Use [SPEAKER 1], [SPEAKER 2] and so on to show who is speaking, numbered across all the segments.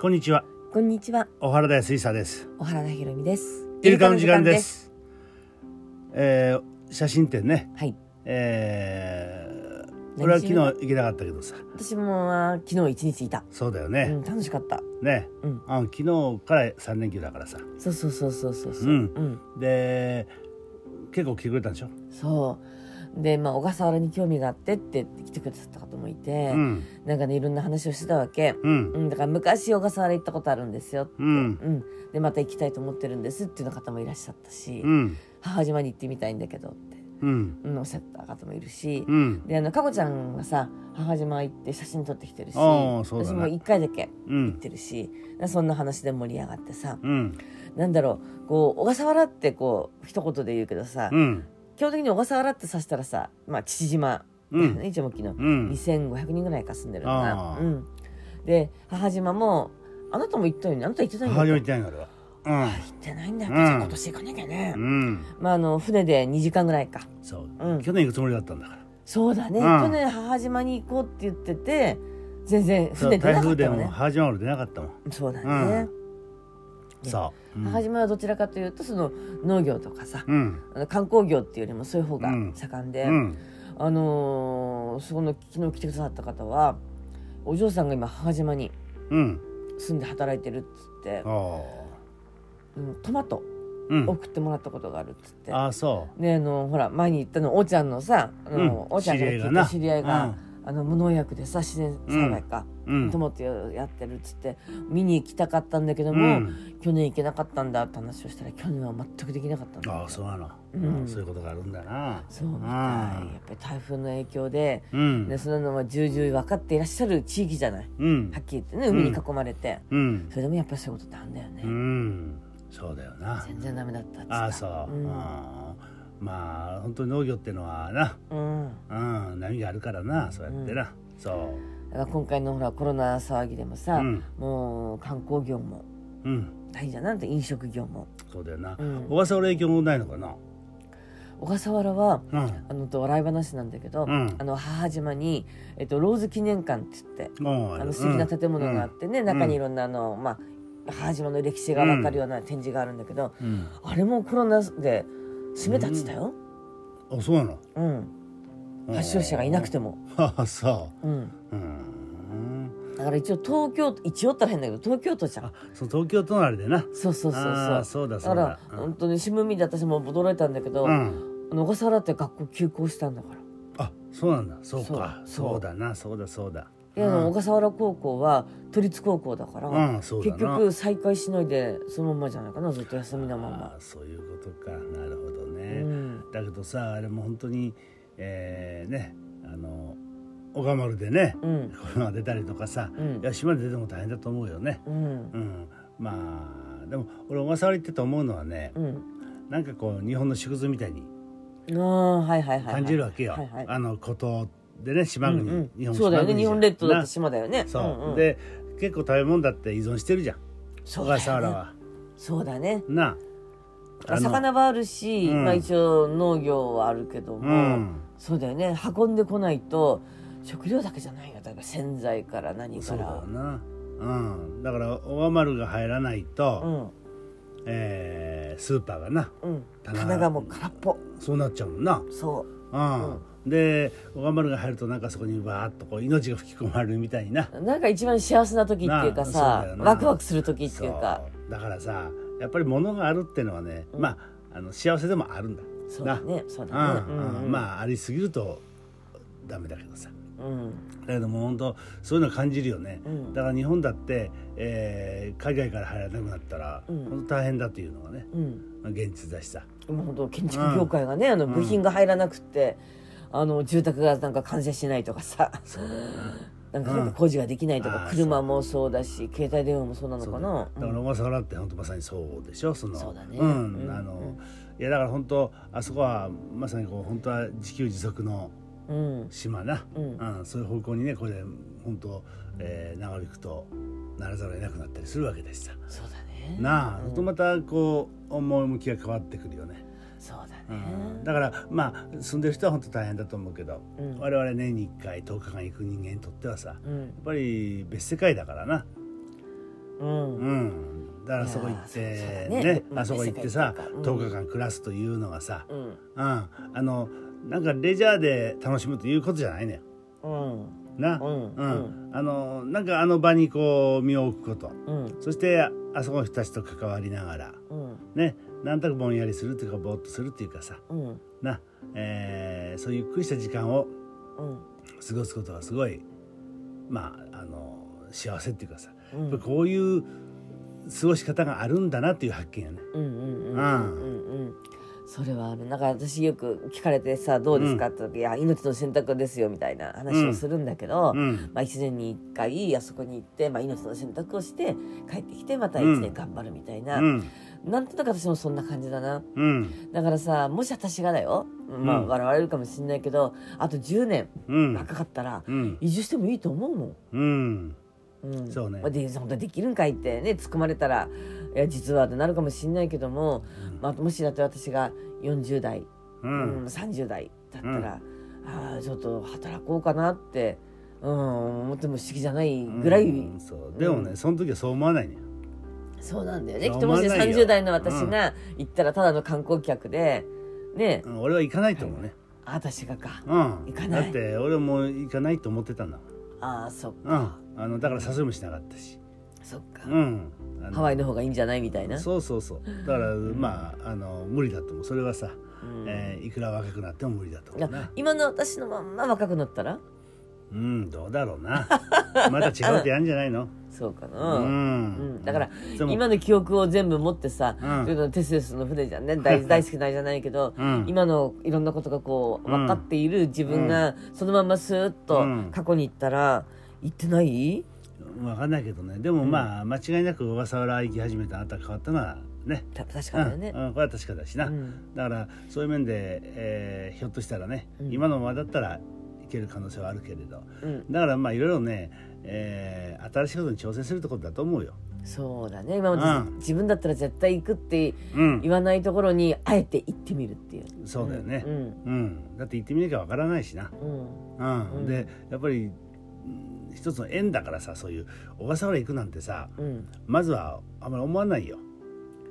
[SPEAKER 1] こんにちは。
[SPEAKER 2] こんにちは、
[SPEAKER 1] 小原田水さです。
[SPEAKER 2] 小原田博美です。
[SPEAKER 1] イルカの時間です。えー写真展ね。
[SPEAKER 2] はい、
[SPEAKER 1] えー、俺は昨日行けなかったけどさ。
[SPEAKER 2] 私もあー昨日一日いた。
[SPEAKER 1] そうだよ
[SPEAKER 2] う
[SPEAKER 1] ね。
[SPEAKER 2] ん、楽しかった。
[SPEAKER 1] ね、
[SPEAKER 2] うん、
[SPEAKER 1] あ、昨日から三連休だからさ。
[SPEAKER 2] そうそうそうそうそうそう。
[SPEAKER 1] うん
[SPEAKER 2] うん、
[SPEAKER 1] で、結構来てくれたんでしょ。
[SPEAKER 2] そう。で、まあ小笠原に興味があってって来てくださった方もいて、
[SPEAKER 1] うん、
[SPEAKER 2] なんかねいろんな話をしてたわけ。
[SPEAKER 1] うん
[SPEAKER 2] う、ん、だから昔小笠原行ったことあるんですよ。
[SPEAKER 1] うん、
[SPEAKER 2] うん、でまた行きたいと思ってるんですっていうような方もいらっしゃったし、
[SPEAKER 1] うん、
[SPEAKER 2] 母島に行ってみたいんだけどって、
[SPEAKER 1] うん、
[SPEAKER 2] うん、おっしゃった方もいるし、
[SPEAKER 1] うん、
[SPEAKER 2] であのかこちゃんがさ母島行って写真撮ってきてるし、
[SPEAKER 1] あーそうだね
[SPEAKER 2] 私も一回だけ
[SPEAKER 1] う
[SPEAKER 2] 行っ
[SPEAKER 1] ん、
[SPEAKER 2] てるし、そんな話で盛り上がってさ
[SPEAKER 1] うん、
[SPEAKER 2] なんだろうこう小笠原ってこう一言で言うけどさ、
[SPEAKER 1] うん、
[SPEAKER 2] 基本的に小笠原って指したらさ、まあ、父島、
[SPEAKER 1] うん、
[SPEAKER 2] 一応も昨日
[SPEAKER 1] うん、
[SPEAKER 2] 2500人ぐらいか住んでるのかな
[SPEAKER 1] あー
[SPEAKER 2] うん、で母島もあなたも行ったよねあなた行ってないん
[SPEAKER 1] 母
[SPEAKER 2] だ
[SPEAKER 1] 親行
[SPEAKER 2] よね
[SPEAKER 1] ってないから。
[SPEAKER 2] 行ってないんだよ、
[SPEAKER 1] うん
[SPEAKER 2] じゃあ今年行かなきゃね、
[SPEAKER 1] うん、
[SPEAKER 2] まあ、あの船で2時間ぐらいか
[SPEAKER 1] うん、そうう。
[SPEAKER 2] ん
[SPEAKER 1] 去年行くつもりだったんだから。
[SPEAKER 2] そう だね、
[SPEAKER 1] うん
[SPEAKER 2] 去年母島に行こうって言ってて全然
[SPEAKER 1] そ
[SPEAKER 2] 船
[SPEAKER 1] う
[SPEAKER 2] 出
[SPEAKER 1] 台
[SPEAKER 2] なか
[SPEAKER 1] 風
[SPEAKER 2] った
[SPEAKER 1] で
[SPEAKER 2] の
[SPEAKER 1] も
[SPEAKER 2] ね
[SPEAKER 1] 母島まで出なかったもん。
[SPEAKER 2] そうだね、ね
[SPEAKER 1] そう。うん
[SPEAKER 2] 母島はどちらかというとその農業とかさ、
[SPEAKER 1] うん。
[SPEAKER 2] あの観光業っていうよりもそういう方が
[SPEAKER 1] うん
[SPEAKER 2] 盛んで、
[SPEAKER 1] うん。
[SPEAKER 2] あのーそこの昨日来てくださった方はお嬢さんが今母島に
[SPEAKER 1] うん。
[SPEAKER 2] 住んで働いてるっつって
[SPEAKER 1] あ、あ。
[SPEAKER 2] うん、トマト
[SPEAKER 1] うん。
[SPEAKER 2] 送ってもらったことがあるっつって、
[SPEAKER 1] ああ、そ
[SPEAKER 2] ねあのほら前に言ったのおーちゃんのさあ
[SPEAKER 1] う。うん
[SPEAKER 2] の、おーちゃんから聞いた知り合いが、。あの無農薬でさ自然栽培か、
[SPEAKER 1] うん。うん
[SPEAKER 2] トマトやってるっつって見に行きたかったんだけど
[SPEAKER 1] う
[SPEAKER 2] も、
[SPEAKER 1] ん。
[SPEAKER 2] 去年行けなかったんだって話をしたら去年は全くできなかったんだ
[SPEAKER 1] ああ、そうなの。
[SPEAKER 2] うん
[SPEAKER 1] そういうことがあるんだな。
[SPEAKER 2] そうみたい
[SPEAKER 1] あー
[SPEAKER 2] やっぱり台風の影響で、
[SPEAKER 1] う
[SPEAKER 2] ね、
[SPEAKER 1] ん。
[SPEAKER 2] そんなのは重々分かっていらっしゃる地域じゃない
[SPEAKER 1] うん
[SPEAKER 2] はっ。きり言ってね海に囲まれて、
[SPEAKER 1] うん
[SPEAKER 2] そ。れでもやっぱりそういうことってあんだよね、
[SPEAKER 1] うん。そうだよな。
[SPEAKER 2] 全然ダメだったっつった
[SPEAKER 1] ああ、そう。
[SPEAKER 2] うん
[SPEAKER 1] ああまあ、本当に農業ってのはな。
[SPEAKER 2] うん、
[SPEAKER 1] うん。波があるからな。そうやってな。そ
[SPEAKER 2] だから今回のほらコロナ騒ぎでも
[SPEAKER 1] う。
[SPEAKER 2] さ、
[SPEAKER 1] うん。
[SPEAKER 2] もう観光業も
[SPEAKER 1] うん。
[SPEAKER 2] 大変じゃんなんて飲食業も、
[SPEAKER 1] そうだよな
[SPEAKER 2] う。ん
[SPEAKER 1] 小笠原影響もないのかな。
[SPEAKER 2] 小笠原は
[SPEAKER 1] うん。
[SPEAKER 2] あのと笑い話なんだけど、
[SPEAKER 1] うん
[SPEAKER 2] あの母島に、えっと、ローズ記念館って言って
[SPEAKER 1] もう
[SPEAKER 2] あの素敵な建物があってね、
[SPEAKER 1] ん
[SPEAKER 2] 中にいろんなあの、まあ、母島の歴史が分かるような展示があるんだけど、
[SPEAKER 1] うん。
[SPEAKER 2] あれもコロナで閉めたっつったよ、
[SPEAKER 1] うんあ、そうなの。
[SPEAKER 2] うん発症者がいなくても、
[SPEAKER 1] ああそ
[SPEAKER 2] うん、
[SPEAKER 1] う。うん。
[SPEAKER 2] だから一応東京都一応ったら変だけど東京都じゃ
[SPEAKER 1] あ
[SPEAKER 2] ん、
[SPEAKER 1] その東京都のあれでな。
[SPEAKER 2] そうそうそう
[SPEAKER 1] ああそ
[SPEAKER 2] そう
[SPEAKER 1] うだ
[SPEAKER 2] だか
[SPEAKER 1] そうだ
[SPEAKER 2] ら。本当に新聞見て私も驚いたんだけど、
[SPEAKER 1] う
[SPEAKER 2] あ
[SPEAKER 1] ん。
[SPEAKER 2] の小笠原って学校休校したんだから。
[SPEAKER 1] あ、そうなんだ。そうか。
[SPEAKER 2] そう
[SPEAKER 1] そうだな。そうだそうだ。
[SPEAKER 2] であの小笠原高校は都立高校だから、
[SPEAKER 1] うんうん、そうだ
[SPEAKER 2] 結
[SPEAKER 1] な。
[SPEAKER 2] 局再開しないでそのままじゃないかなずっと休みのま
[SPEAKER 1] あ
[SPEAKER 2] ま
[SPEAKER 1] あ。そういうことか。なるほど
[SPEAKER 2] う
[SPEAKER 1] ね。
[SPEAKER 2] ん、
[SPEAKER 1] だけどさ、あれも本当にえーね、あの小川丸でね、
[SPEAKER 2] うん、
[SPEAKER 1] コロナ出たりとかさ、
[SPEAKER 2] うん
[SPEAKER 1] いや島で出ても大変だと思うよね。
[SPEAKER 2] うん、
[SPEAKER 1] うん。まあでも俺小笠原行ってと思うのはね、
[SPEAKER 2] うん、
[SPEAKER 1] なんかこう日本の縮図みたいに。
[SPEAKER 2] ああはいはいはいはい。
[SPEAKER 1] 感じるわけよ、
[SPEAKER 2] はいはい
[SPEAKER 1] あの孤島でね島国、
[SPEAKER 2] うんうん
[SPEAKER 1] 日本
[SPEAKER 2] そうだよ
[SPEAKER 1] 島
[SPEAKER 2] ね
[SPEAKER 1] 国
[SPEAKER 2] 日
[SPEAKER 1] じゃん
[SPEAKER 2] 本列島だっ
[SPEAKER 1] な
[SPEAKER 2] て島だよね。
[SPEAKER 1] そう、
[SPEAKER 2] んん、
[SPEAKER 1] で結構食べ物だって依存してるじゃん
[SPEAKER 2] そ
[SPEAKER 1] 小
[SPEAKER 2] うだよね
[SPEAKER 1] 笠原は、
[SPEAKER 2] そうだね。
[SPEAKER 1] なあの
[SPEAKER 2] 魚はあるし、
[SPEAKER 1] うん
[SPEAKER 2] まあ一応農業はあるけど
[SPEAKER 1] う
[SPEAKER 2] も、
[SPEAKER 1] ん
[SPEAKER 2] そうだよね運んでこないと食料だけじゃないよだから洗剤から何
[SPEAKER 1] そ
[SPEAKER 2] か
[SPEAKER 1] うだよ
[SPEAKER 2] ら。
[SPEAKER 1] なうんだから小川丸が入らないと、
[SPEAKER 2] うん
[SPEAKER 1] えースーパーがな
[SPEAKER 2] うん、
[SPEAKER 1] 棚
[SPEAKER 2] 棚がもう空っぽ
[SPEAKER 1] そうなっちゃうもんな
[SPEAKER 2] そう
[SPEAKER 1] うん、で小川丸が入るとなんかそこにバーッとこう命が吹き込まれるみたいな
[SPEAKER 2] なんか一番幸せな時っていうか
[SPEAKER 1] なあそう
[SPEAKER 2] さ
[SPEAKER 1] だよな
[SPEAKER 2] ワクワクする時っていうか
[SPEAKER 1] そうだからさやっぱり物があるってのはね、
[SPEAKER 2] うん
[SPEAKER 1] まああの幸せでもあるんだ
[SPEAKER 2] そうだねそうだね
[SPEAKER 1] うん
[SPEAKER 2] うんうん
[SPEAKER 1] まあありすぎるとダメだけどさ
[SPEAKER 2] うん
[SPEAKER 1] だけどもう本当そういうの感じるよね
[SPEAKER 2] うん
[SPEAKER 1] だから日本だって、えー海外から入らなくなったら、
[SPEAKER 2] うん
[SPEAKER 1] 本当大変だっていうのがね
[SPEAKER 2] うん
[SPEAKER 1] まあ現実だしさ
[SPEAKER 2] 今本当建築業界がねあの
[SPEAKER 1] うん
[SPEAKER 2] 部品が入らなくってあの住宅がなんか完成しないとかさ
[SPEAKER 1] そうだよな
[SPEAKER 2] なんか
[SPEAKER 1] うん
[SPEAKER 2] なんか工事ができないと
[SPEAKER 1] あ
[SPEAKER 2] か
[SPEAKER 1] ー
[SPEAKER 2] 車もそうだし携帯電話もそうなの
[SPEAKER 1] そう
[SPEAKER 2] か
[SPEAKER 1] だよ
[SPEAKER 2] な
[SPEAKER 1] だから小笠原って本当まさにそうでしょその
[SPEAKER 2] そうだね
[SPEAKER 1] ん
[SPEAKER 2] うん
[SPEAKER 1] あの、
[SPEAKER 2] うん
[SPEAKER 1] いやだから本当あそこはまさにこう本当は自給自足の
[SPEAKER 2] うん
[SPEAKER 1] 島な、
[SPEAKER 2] うん
[SPEAKER 1] うん、そういう方向にねこれ本当、えー、長引くとならざるを得なくなったりするわけだしさ
[SPEAKER 2] そうだね
[SPEAKER 1] なあ、
[SPEAKER 2] うん
[SPEAKER 1] とまたこう趣が変わってくるよね、
[SPEAKER 2] そうだ
[SPEAKER 1] う
[SPEAKER 2] ね
[SPEAKER 1] ん、だからまあ住んでる人は本当大変だと思うけど、
[SPEAKER 2] うん
[SPEAKER 1] 我々年に1回10日間行く人間にとってはさや
[SPEAKER 2] うん
[SPEAKER 1] っぱり別世界だからな
[SPEAKER 2] うん
[SPEAKER 1] うん、だからそこ行って
[SPEAKER 2] いやーそう
[SPEAKER 1] ね
[SPEAKER 2] そうだねうん
[SPEAKER 1] あそこ行ってさ、
[SPEAKER 2] うん
[SPEAKER 1] 10日間暮らすというのがさ、
[SPEAKER 2] うん
[SPEAKER 1] うん、あのなんかレジャーで楽しむということじゃないのよ
[SPEAKER 2] うん
[SPEAKER 1] な、
[SPEAKER 2] うん
[SPEAKER 1] あのなんかあの場にこう身を置くこと
[SPEAKER 2] うん
[SPEAKER 1] そしてあそこの人たちと関わりながら
[SPEAKER 2] うん
[SPEAKER 1] ねなんとなくぼんやりするっていうかぼーっとするっていうかさ
[SPEAKER 2] うん
[SPEAKER 1] な、えーそういうゆっくりした時間を
[SPEAKER 2] うん
[SPEAKER 1] 過ごすことがすごいまああの幸せっていうかさ、
[SPEAKER 2] う
[SPEAKER 1] や
[SPEAKER 2] ん
[SPEAKER 1] っぱこういう過ごし方があるんだなっていう発見やね。
[SPEAKER 2] うんうんうんう
[SPEAKER 1] うんん
[SPEAKER 2] うんうんそれはあるなんか私よく聞かれてさ「どうですか?」って時「いや命の選択ですよ」みたいな話をするんだけど、
[SPEAKER 1] うん
[SPEAKER 2] まあ、1年に1回あそこに行って、まあ、命の選択をして帰ってきてまた1年頑張るみたいな、
[SPEAKER 1] うん
[SPEAKER 2] なんとなく私もそんな感じだな
[SPEAKER 1] うん
[SPEAKER 2] だからさもし私がだよ、まあ、
[SPEAKER 1] うん
[SPEAKER 2] 笑われるかもしれないけどあと10年
[SPEAKER 1] うん
[SPEAKER 2] 若かったら
[SPEAKER 1] うん
[SPEAKER 2] 移住してもいいと思うもん。
[SPEAKER 1] うん
[SPEAKER 2] うん、
[SPEAKER 1] そうね
[SPEAKER 2] まあで本当にできるんかいってね突っ込まれたらいや実はってなるかもしれないけども、まあ、もしだって私が40代、
[SPEAKER 1] う
[SPEAKER 2] うんん、30代だったら、ああちょっと働こうかなって、うん、思っても不思議じゃないぐらい、
[SPEAKER 1] うんそうでもね、その時はそう思わないのよ。
[SPEAKER 2] そうなんだよねき
[SPEAKER 1] そう
[SPEAKER 2] っともし
[SPEAKER 1] 思わないよ
[SPEAKER 2] 30代の私が行ったらただの観光客で、ね
[SPEAKER 1] うん俺は行かないと思うね。
[SPEAKER 2] あ私がか
[SPEAKER 1] うん、
[SPEAKER 2] 行かない
[SPEAKER 1] だって俺も行かないと思ってたんだもん。
[SPEAKER 2] ああそっか
[SPEAKER 1] うん、あのだから誘いもしなかったし。
[SPEAKER 2] そっか、
[SPEAKER 1] うん、あの
[SPEAKER 2] ハワイの方がいいんじゃないみたいな
[SPEAKER 1] そうそうそうだからまああの無理だと思うそれはさ、
[SPEAKER 2] うん
[SPEAKER 1] えーいくら若くなっても無理だと思うな
[SPEAKER 2] 今の私のまんま若くなったら
[SPEAKER 1] うんどうだろう なまた違うってやんじゃないの
[SPEAKER 2] そうか
[SPEAKER 1] う
[SPEAKER 2] な、うんだから
[SPEAKER 1] でも
[SPEAKER 2] 今の記憶を全部持ってさ、
[SPEAKER 1] うん
[SPEAKER 2] それのテセウスの船じゃん ね大大好きなんじゃないけど、
[SPEAKER 1] うん
[SPEAKER 2] 今のいろんなことがこう
[SPEAKER 1] うん
[SPEAKER 2] 分かっている自分がそのまんまスーッと
[SPEAKER 1] うん
[SPEAKER 2] 過去に行ったら行ってない、
[SPEAKER 1] 分かんないけどねでもまあ、間違いなく小笠原行き始めたあなた変わったのはね
[SPEAKER 2] た確かだよね。
[SPEAKER 1] うんうん、これは確かだしな、
[SPEAKER 2] うん
[SPEAKER 1] だからそういう面で、えーひょっとしたらね、
[SPEAKER 2] うん
[SPEAKER 1] 今のままだったらいける可能性はあるけれど
[SPEAKER 2] うん、
[SPEAKER 1] だからまあいろいろね、えー新しいことに挑戦するってことだと思うよ。
[SPEAKER 2] そうだね今まで
[SPEAKER 1] うん
[SPEAKER 2] 自分だったら絶対行くって
[SPEAKER 1] うん
[SPEAKER 2] 言わないところにあえて行ってみるっていう。
[SPEAKER 1] そうだよね、
[SPEAKER 2] うん
[SPEAKER 1] うん、だって行ってみなきゃわからないしな、
[SPEAKER 2] うん
[SPEAKER 1] うん
[SPEAKER 2] うん
[SPEAKER 1] でやっぱりうん一つの縁だからさそういう小笠原行くなんてさ
[SPEAKER 2] うん
[SPEAKER 1] まずはあんまり思わないよ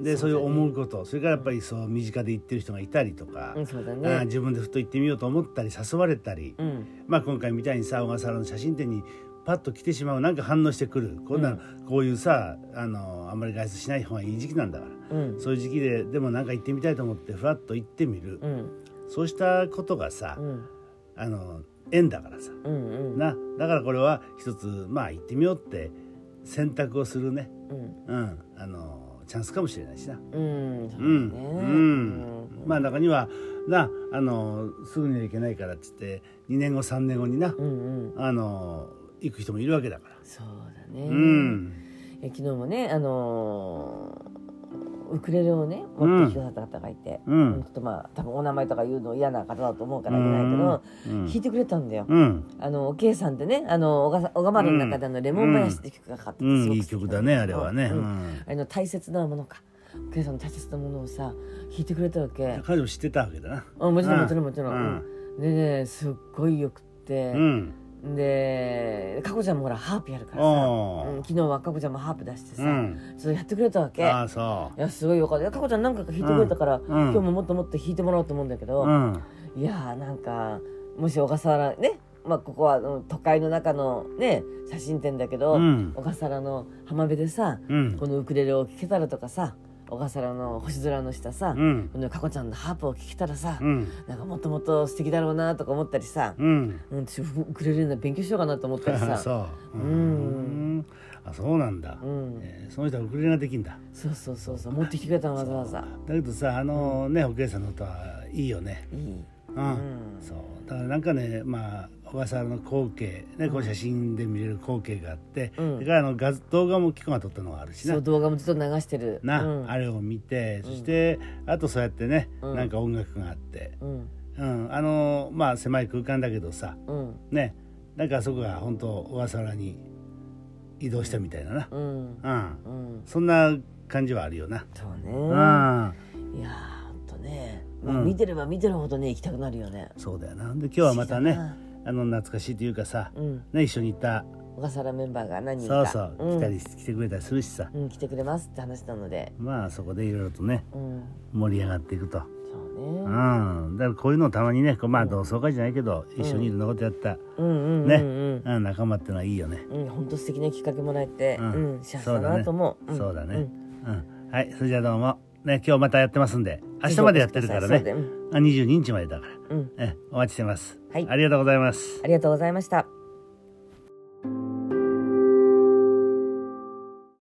[SPEAKER 1] で
[SPEAKER 2] そ
[SPEAKER 1] そうう,、
[SPEAKER 2] だね
[SPEAKER 1] いう思うことそれからやっぱりそう身近で行ってる人がいたりとか、
[SPEAKER 2] うん、そうだ
[SPEAKER 1] あー
[SPEAKER 2] ね。
[SPEAKER 1] 自分でふと行ってみようと思ったり誘われたり、
[SPEAKER 2] うん、
[SPEAKER 1] まあ、今回みたいにさ小笠原の写真展にパッと来てしまうなんか反応してくるこんな、こういうさあのあんまり外出しない方がいい時期なんだから
[SPEAKER 2] うん、
[SPEAKER 1] そういう時期ででもなんか行ってみたいと思ってふらっと行ってみる、
[SPEAKER 2] うん、
[SPEAKER 1] そうしたことがさ、
[SPEAKER 2] うん、
[SPEAKER 1] あの縁だからさ
[SPEAKER 2] うん、うん、
[SPEAKER 1] なだからこれは一つまあ行ってみようって選択をするね、
[SPEAKER 2] うん、
[SPEAKER 1] うん、あのチャンスかもしれないしな、
[SPEAKER 2] うん、そううんだ
[SPEAKER 1] う
[SPEAKER 2] ね
[SPEAKER 1] ん
[SPEAKER 2] うん
[SPEAKER 1] まあ中にはなあのすぐには行けないからっつって2年後3年後にな、
[SPEAKER 2] うんうん
[SPEAKER 1] あの行く人もいるわけだから。
[SPEAKER 2] そうだね、
[SPEAKER 1] うん
[SPEAKER 2] え昨日もねあのーウクレレをね持ってきてくださった方がいて、
[SPEAKER 1] うん
[SPEAKER 2] ちょっとまあ多分お名前とか言うの嫌な方だと思うから言えないけど、
[SPEAKER 1] うん
[SPEAKER 2] 弾いてくれたんだよ、
[SPEAKER 1] うん、
[SPEAKER 2] あのおけいさんってねあの小笠小川丸の中であの「レモン林」って曲がかかってて
[SPEAKER 1] う
[SPEAKER 2] すご
[SPEAKER 1] ん、
[SPEAKER 2] く
[SPEAKER 1] いい
[SPEAKER 2] 素敵
[SPEAKER 1] 曲
[SPEAKER 2] な
[SPEAKER 1] だ
[SPEAKER 2] の
[SPEAKER 1] ねあれはね、
[SPEAKER 2] う
[SPEAKER 1] うんん
[SPEAKER 2] あれの大切なものかおけいさんの大切なものをさ弾いてくれたわけ
[SPEAKER 1] 彼女知ってたわけだな
[SPEAKER 2] あもちろ
[SPEAKER 1] う
[SPEAKER 2] ん
[SPEAKER 1] ん
[SPEAKER 2] もちろんもちろん、うんでねすっごいよくって、
[SPEAKER 1] うん
[SPEAKER 2] で佳子ちゃんもほらハープやるからさ、
[SPEAKER 1] おー
[SPEAKER 2] うん昨日は佳子ちゃんもハープ出してさ、
[SPEAKER 1] うん
[SPEAKER 2] ちょっとやってくれたわけ。
[SPEAKER 1] ああそ
[SPEAKER 2] いやすごいよかったいや佳子ちゃん何回か弾いてくれたから、
[SPEAKER 1] ん
[SPEAKER 2] 今日ももっともっと弾いてもらおうと思うんだけ
[SPEAKER 1] う、
[SPEAKER 2] ど、
[SPEAKER 1] うん、
[SPEAKER 2] いやーなんかもし小笠原ね、まあ、ここはあの都会の中のね写真展だけど、
[SPEAKER 1] うん
[SPEAKER 2] 小笠原の浜辺でさ、
[SPEAKER 1] うん
[SPEAKER 2] このウクレレを聴けたらとかさ小笠原の星空の下さ、
[SPEAKER 1] うん
[SPEAKER 2] この佳子ちゃんのハープを聴けたらさ、
[SPEAKER 1] うん
[SPEAKER 2] なんかもっともっと素敵だろうなとか思ったりさ、
[SPEAKER 1] うん
[SPEAKER 2] うん、私ウクレレの勉強しようかなと思ったりさ。
[SPEAKER 1] そう、
[SPEAKER 2] うん
[SPEAKER 1] うんあそうなんだ、
[SPEAKER 2] うん
[SPEAKER 1] えーその人はウクレレができんだ
[SPEAKER 2] そうそうそうそう持ってきてくれたのわざわざ
[SPEAKER 1] だけどさあのねおけいさんの歌はいいよね
[SPEAKER 2] いい
[SPEAKER 1] うん、
[SPEAKER 2] うん
[SPEAKER 1] そうだからなんかねまあ小笠原の光景ねこう写真で見れる光景があって、
[SPEAKER 2] うん
[SPEAKER 1] だからあの画動画もキコが撮ったのがあるし
[SPEAKER 2] そ
[SPEAKER 1] な
[SPEAKER 2] う動画もずっと流してる
[SPEAKER 1] な、
[SPEAKER 2] うん
[SPEAKER 1] あれを見てそして、あとそうやってね、
[SPEAKER 2] うん
[SPEAKER 1] なんか音楽があって、
[SPEAKER 2] うん
[SPEAKER 1] うん、あのまあ狭い空間だけどさ
[SPEAKER 2] うん
[SPEAKER 1] ねなんかあそこが本当小笠原に移動したみたいなな、
[SPEAKER 2] うん
[SPEAKER 1] うん、
[SPEAKER 2] うん
[SPEAKER 1] そんな感じはあるよな。
[SPEAKER 2] そう
[SPEAKER 1] う
[SPEAKER 2] ね
[SPEAKER 1] ん、
[SPEAKER 2] いやーほんとね、まあ
[SPEAKER 1] うん
[SPEAKER 2] 見てれば見てるほどね行きたくなるよね
[SPEAKER 1] そうだよな。で今日はまた
[SPEAKER 2] 不
[SPEAKER 1] ね
[SPEAKER 2] 思議だな、
[SPEAKER 1] あの懐かしいというかさ、
[SPEAKER 2] うん
[SPEAKER 1] ね一緒に行った
[SPEAKER 2] 小笠原メンバーが何人
[SPEAKER 1] そ
[SPEAKER 2] か
[SPEAKER 1] うそう、
[SPEAKER 2] ん
[SPEAKER 1] 来たりして来てくれたりするしさ、
[SPEAKER 2] うん、来てくれますって話なので、
[SPEAKER 1] まあそこでいろいろとね
[SPEAKER 2] うん、
[SPEAKER 1] 盛り上がっていくと、
[SPEAKER 2] そう
[SPEAKER 1] う
[SPEAKER 2] ね。
[SPEAKER 1] ん、だからこういうのをたまにねこうまあ同窓会じゃないけど、一緒にいろんなことやった、
[SPEAKER 2] うんうんうん
[SPEAKER 1] ね
[SPEAKER 2] うん。
[SPEAKER 1] うん仲間ってのはいいよね、
[SPEAKER 2] うん、本当素敵なきっかけもらえて、
[SPEAKER 1] う
[SPEAKER 2] うんん、幸せだなと思う。ん
[SPEAKER 1] そうだね、
[SPEAKER 2] ん
[SPEAKER 1] うんはいそれじゃあどうもね今日またやってますんで明日までやってるから
[SPEAKER 2] そうで
[SPEAKER 1] ね
[SPEAKER 2] うん
[SPEAKER 1] あ22日までだから
[SPEAKER 2] うん、
[SPEAKER 1] えお待ちしてます、
[SPEAKER 2] はい
[SPEAKER 1] ありがとうございます
[SPEAKER 2] ありがとうございました。